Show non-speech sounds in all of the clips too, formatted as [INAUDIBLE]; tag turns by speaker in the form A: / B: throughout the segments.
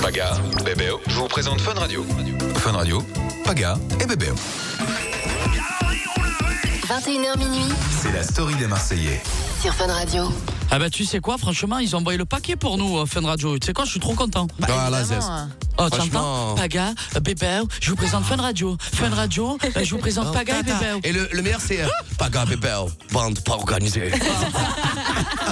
A: Paga, Bébéo, je vous présente Fun Radio. Fun Radio, Paga et Bébéo.
B: 21h minuit
A: C'est la story des Marseillais.
B: sur Fun Radio.
C: Ah bah tu sais quoi, franchement, ils ont envoyé le paquet pour nous, euh, Fun Radio. Tu sais quoi, je suis trop content.
D: Dans la
E: Évidemment,
D: zeste.
E: hein.
C: Oh,
D: Bah, Franchement.
C: t'entends Paga, euh, Bébert, je vous présente Fun Radio. Fun Radio, euh, je vous présente Paga et
D: Oh, Tata.
C: Bébert.
D: Et le, le meilleur, c'est euh, Paga Pépère, bande pas organisée.
C: [LAUGHS]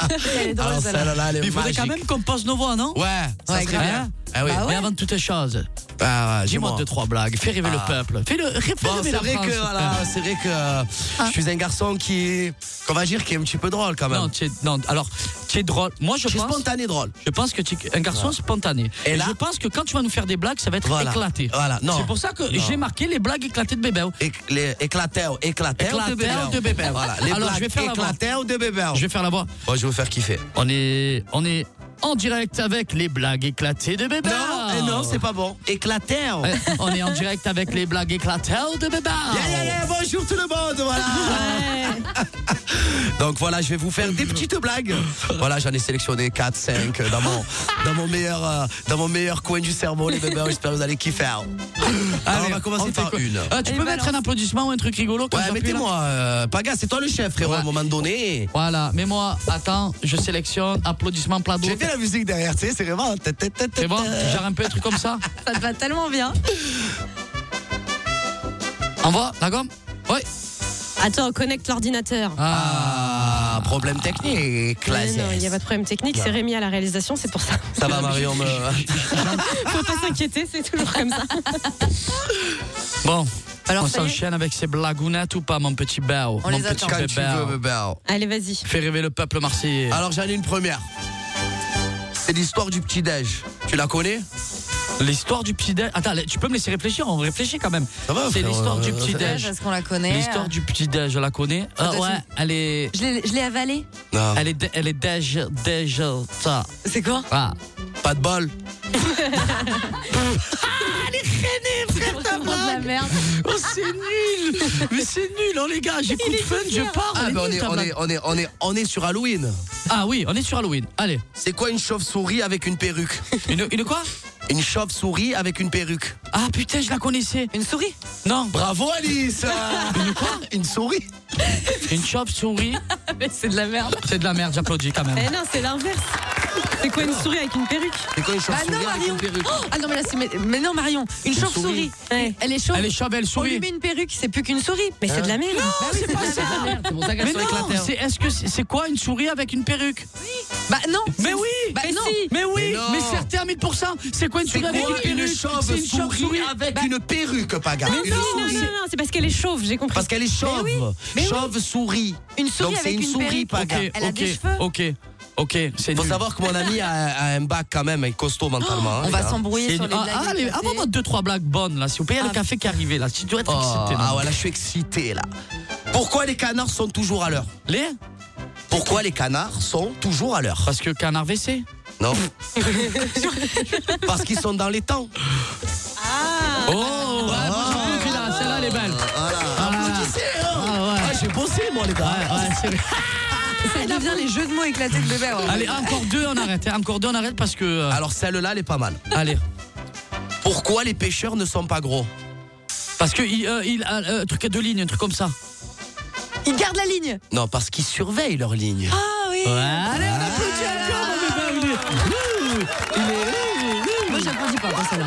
C: Ah.
E: Elle est drôle,
D: Alors,
E: celle-là.
D: celle-là, elle est
C: Il faudrait quand
D: magique.
C: même qu'on passe nos voix, non
D: Ouais, ça
E: Ouais,
D: serait
E: grave.
D: bien. Ah oui.
E: Bah ouais.
C: Mais avant toutes les choses,
D: Ah, ouais,
C: dis-moi deux, trois blagues. Fais rêver
D: Ah.
C: le peuple. Fais, le, fais
D: Bon,
C: rêver
D: c'est
C: la
D: vrai
C: France. Ah,
D: que voilà, c'est vrai que euh, je suis un garçon qui est, qu'on va dire, qui est un petit peu drôle quand
C: Non,
D: même.
C: tu es, non, alors, tu es drôle. Moi, je
D: Je suis
C: pense,
D: spontané drôle.
C: je pense que tu es un garçon spontané.
D: Et
C: Et
D: là-
C: je pense que quand tu vas nous faire des blagues, ça va être
D: Voilà.
C: éclaté.
D: Voilà, non.
C: C'est pour ça que
D: Non.
C: j'ai marqué les blagues éclatées de Bébert.
D: Éc- les- Éclateurs, éclateurs
C: Éclateurs de
D: de bébé.
C: Bébert.
D: Voilà, les
C: Alors, je vais
D: blagues
C: faire la voix.
D: éclateurs de bébé.
C: Je vais faire la voix.
D: Bon, je vais vous faire kiffer.
C: On est, on est en direct avec les blagues éclatées de Bébert.
D: Non, eh non, c'est pas bon. Éclateurs.
C: Euh, On est en direct avec les blagues éclatées de Bébert.
D: Yeah, yeah, yeah, bonjour tout le monde, voilà. Donc voilà, je vais vous faire des petites blagues. Voilà, j'en ai sélectionné 4, 5 euh, dans mon, dans mon, meilleur, euh, dans mon meilleur coin du cerveau, les bébés. J'espère que vous allez kiffer. Alors, on va commencer
C: fait
D: par
C: quoi
D: une.
C: Euh, tu
E: Allez,
C: peux
E: balance.
C: mettre un applaudissement ou un truc rigolo comme
D: Ouais,
C: ça, puis, là
D: mettez-moi, euh, Paga, c'est toi le chef, frérot,
C: Ouais.
D: à un moment donné.
C: Voilà, mais moi, attends, je sélectionne, applaudissement plat d'eau.
D: J'ai fait la musique derrière, tu sais, c'est vraiment.
C: C'est bon Genre un peu un truc comme ça
E: Ça te va tellement bien.
C: Envoie, la gomme Oui.
F: Attends, connecte l'ordinateur.
D: Ah, problème technique,
F: Mais
D: classe.
F: non, il n'y a pas de problème technique, c'est Rémi à la réalisation, c'est pour
E: [LAUGHS]
F: ça.
D: Ça va, Marion me...
F: Faut pas s'inquiéter, c'est toujours comme ça.
C: Bon.
E: Alors,
C: on
E: ça y est
C: s'enchaîne avec ces blagounettes ou pas, mon petit Béo Mon
E: On les
C: petit
E: attend.
D: Quand tu
C: Bébert.
D: veux, Ah, bébé.
F: Allez, vas-y.
C: Fais rêver le peuple marseillais.
D: Alors j'en ai une première. C'est l'histoire du petit déj. Tu la connais
C: L'histoire du petit déj. Attends, tu peux me laisser réfléchir On réfléchit quand même.
D: Ça va,
C: C'est
D: frère,
C: l'histoire
D: euh,
C: du petit
D: ça-
C: déj.
E: Parce qu'on la connaît. hein.
C: L'histoire du petit déj, je la connais.
E: Ça
C: Ah
E: doit
C: ouais,
E: être
C: elle est,
E: Je l'ai- je l'ai avalé.
D: Non.
C: elle est, dé- elle est déj, déj, ça.
E: C'est quoi
C: Ah.
D: Pas de bol.
E: de la merde.
C: Oh, c'est nul Mais c'est nul, oh les gars, j'écoute fun, je pars.
D: Ah,
C: elle est
D: ben, on,
C: nulle,
D: est,
C: ta
D: on,
C: blague.
D: est, on, est, on, est, on est sur Halloween.
C: Ah oui, on est sur Halloween. Allez,
D: C'est quoi une chauve-souris avec une perruque
C: une, une quoi
D: Une chauve-souris avec une perruque.
C: Ah putain, je la connaissais.
E: Une souris
C: Non,
D: Bravo Alice Une quoi Une souris
C: une chauve-souris.
F: Ah,
E: C'est de la merde.
C: C'est de la merde, j'applaudis quand même.
F: Eh non, c'est l'inverse. C'est quoi une souris avec une perruque
D: C'est quoi une
E: Ah non,
D: chauve-souris avec
E: Marion
D: une perruque
E: Oh, Ah non, mais là, c'est. Mais, mais non, Marion Une chauve-souris
F: Ouais.
E: Elle est chauve.
C: Elle est chauve, elle
E: On lui
C: sourit.
E: met une perruque, c'est plus qu'une souris.
F: Mais c'est de la merde.
E: Bah oui, c'est pas ça
D: C'est pour ça qu'elles
C: Mais
D: sont
C: non,
D: éclatées.
C: c'est, est-ce que c'est, c'est quoi une souris avec une perruque
E: Bah non
C: Mais oui
E: Bah
F: Mais
E: non
F: si.
C: Mais oui
D: Mais non.
C: Mais certes, à 1000%. C'est quoi une
D: C'est
C: souris avec
D: quoi
C: une
D: une
C: perruque C'est une
D: chauve-souris avec une perruque, Paga Une
F: Non, non,
D: souris.
F: non, non, c'est parce qu'elle est chauve, j'ai compris.
D: Parce qu'elle est chauve. Chauve-souris.
E: Une souris
D: Donc c'est
E: avec
D: une
E: une
D: souris,
E: perruque.
D: Paga.
C: Ok,
E: Elle a
C: ok,
E: des cheveux.
C: Ok, ok, c'est
D: Il faut
C: nul.
D: savoir que mon ami a, a un bac quand même, il est costaud mentalement. hein,
E: Oh, On va
D: gars.
E: s'embrouiller
C: C'est
E: sur
C: nul.
E: les
C: Ah,
E: blagues.
C: ah, mais
E: éclatées.
C: avant votre 2-3 blagues bonnes, là, s'il vous plaît, il y a le
E: Ah.
C: café qui est arrivé, là. Si tu dois être
D: Oh,
C: excité,
D: ah
C: non
D: ouais, là, je suis excité là. Pourquoi les canards sont toujours à l'heure
C: Les
D: Pourquoi les canards sont toujours à l'heure
C: Parce que canard WC. [LAUGHS]
D: Non. Parce qu'ils sont dans les temps.
E: Ah.
C: Oh, ouais, moi, j'ai compris, là, celle-là, elle est belle.
D: Voilà. Applaudissez, hein.
C: Ah, ouais.
D: Ah, J'ai bossé moi les gars.
C: Ouais, ouais, c'est vrai.
E: Ça devient les jeux de mots éclatés de bébé. ouais.
C: Allez, encore deux, on arrête. hein. Encore deux, on arrête parce que. euh,
D: Alors celle-là elle est pas mal.
C: allez.
D: Pourquoi les pêcheurs ne sont pas gros
C: Parce que il, euh, il a euh, un truc à deux lignes, un truc comme ça.
E: Il garde la ligne
D: Non, parce qu'ils surveillent leur ligne.
E: Ah oui
C: Allez, on applaudit encore, mon bébé. Il est- Ouh, il est-
E: Moi, j'applaudis pas pour celle-là.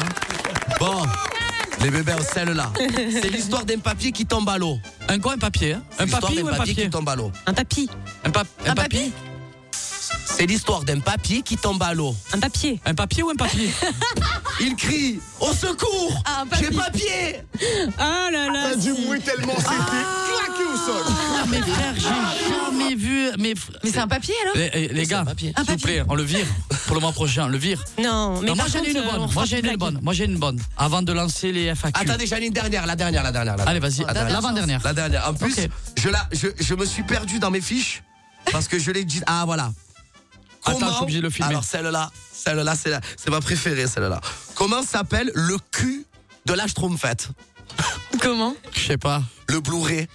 D: Bon. Les bébés, celle-là. C'est l'histoire d'un papier qui tombe à l'eau.
C: Un quoi, un papier hein Un
D: L'histoire
C: papier
D: d'un
C: ou un papier
D: qui tombe à l'eau.
F: Un papy.
C: Un pap- un
E: Un
C: papier
E: papier
D: C'est l'histoire d'un papier qui tombe à l'eau.
F: Un papier.
C: Un papier ou un papier
D: Il crie Au secours
E: Ah, un
D: J'ai
E: papy.
D: papier
F: Oh
E: Ah
F: là là.
G: du bruit tellement c'était claqué au sol.
C: Ah, mes frères, j'ai jamais vu. Mais,
E: Mais c'est un papier alors
C: les, les- les
D: un
C: gars,
D: papier.
C: s'il vous plaît, on le vire pour le mois prochain, on le vire.
F: Non, mais
C: Non, moi
F: par
C: j'en ai une
F: contre, euh, on
C: bonne.
F: fera
C: Moi
F: plus
C: j'ai
F: de
C: une
F: blagues.
C: bonne. Moi j'ai une bonne. Avant de lancer les FAQ.
D: Attendez, j'en ai Ah, une dernière, la dernière, la dernière. La
C: Allez,
D: dernière.
C: vas-y.
D: La dernière.
C: L'avant-dernière.
D: La dernière. En plus,
C: Ok.
D: je, la, je, je me suis perdu dans mes fiches parce que je l'ai dit. Ah, voilà.
C: Attends, je suis obligé de le filmer.
D: Alors, celle-là, celle-là, c'est la- c'est ma préférée, celle-là. Comment s'appelle le cul de la Schtroumpfette
E: Comment
C: Je sais pas.
D: Le Blu-ray.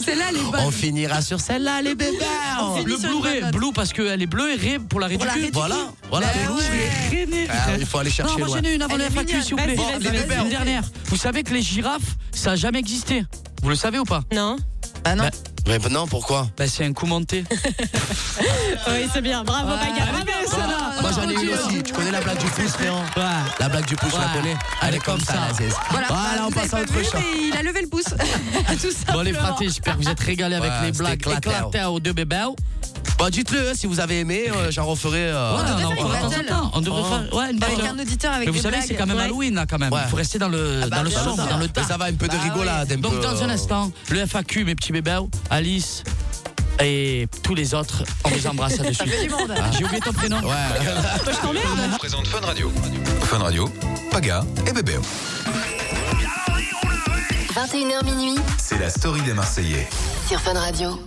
E: Celle-là, elle est bonne.
D: On finira sur celle-là, les bébés.
E: On finit
C: Le blue,
E: sur une bonne
C: ray,
E: note.
C: blue parce qu'elle est bleue et ray pour la Bah
D: Pour
C: réduction.
D: la réduction. Voilà, voilà.
C: Blue, ray, rainé,
D: Ah,
C: putain.
D: il faut aller chercher
C: Non, moi
D: loin.
C: j'en ai une avant
E: Elle
C: le
E: est
C: FAQ, s'il vous plaît.
E: mignonne. Vas-y,
D: vas-y,
C: Bon,
D: vas-y.
C: Une dernière. Vous savez que les girafes, ça a jamais existé. Vous le savez ou pas
F: Non
E: Ah non.
D: Mais non, pourquoi
C: Bah c'est un coup monté.
F: Oui, c'est bien. Bravo, Paga. Bravo.
E: Ah,
D: Moi
E: non,
D: j'en ai
E: mon
D: une
E: Dieu.
D: aussi. Tu connais la blague du pouce, Féron La blague du pouce, je la
C: Ouais.
D: connais. Elle est comme ça, la zeste.
E: Voilà,
D: Voilà, Ah, on
E: vous
D: passe à
E: avez
D: autre
E: pas vu,
D: chose.
E: mais Il a levé le pouce. [LAUGHS] Tout ça.
C: Bon les fratés, j'espère que vous êtes régalés avec
D: Ouais,
C: les
D: c'était
C: blagues
D: éclaté, hein.
C: éclatées aux deux bébés.
D: Bon, dites-le hein, si vous avez aimé, euh, j'en referai. euh,
C: Ouais,
E: devrait
C: on
E: faire
C: en parle de
E: une
C: temps en
E: battle.
C: temps. On devrait faire ouais, une
E: Avec
C: battle.
E: un auditeur avec
C: Mais vous
E: des
C: savez que
E: blagues.
C: c'est quand même
E: Ouais. Ah
C: Halloween là quand même.
D: Ouais.
C: Il faut rester dans le
D: bah,
C: dans le
D: bien
C: sombre,
D: sûr.
C: dans le
D: Mais
C: tas.
D: ça va, un peu de
E: Bah
D: rigolade. un peu,
C: Donc dans un
D: euh,
C: instant, le FAQ, mes petits bébés, Alice et tous les autres, on les embrasse à dessus.
E: Du monde.
C: J'ai oublié ton prénom. Bah,
D: Ouais.
C: hein.
A: Présente Fun Radio. Fun Radio, Paga et Bébé.
B: 21h minuit
A: C'est la story des Marseillais.
B: sur Fun Radio.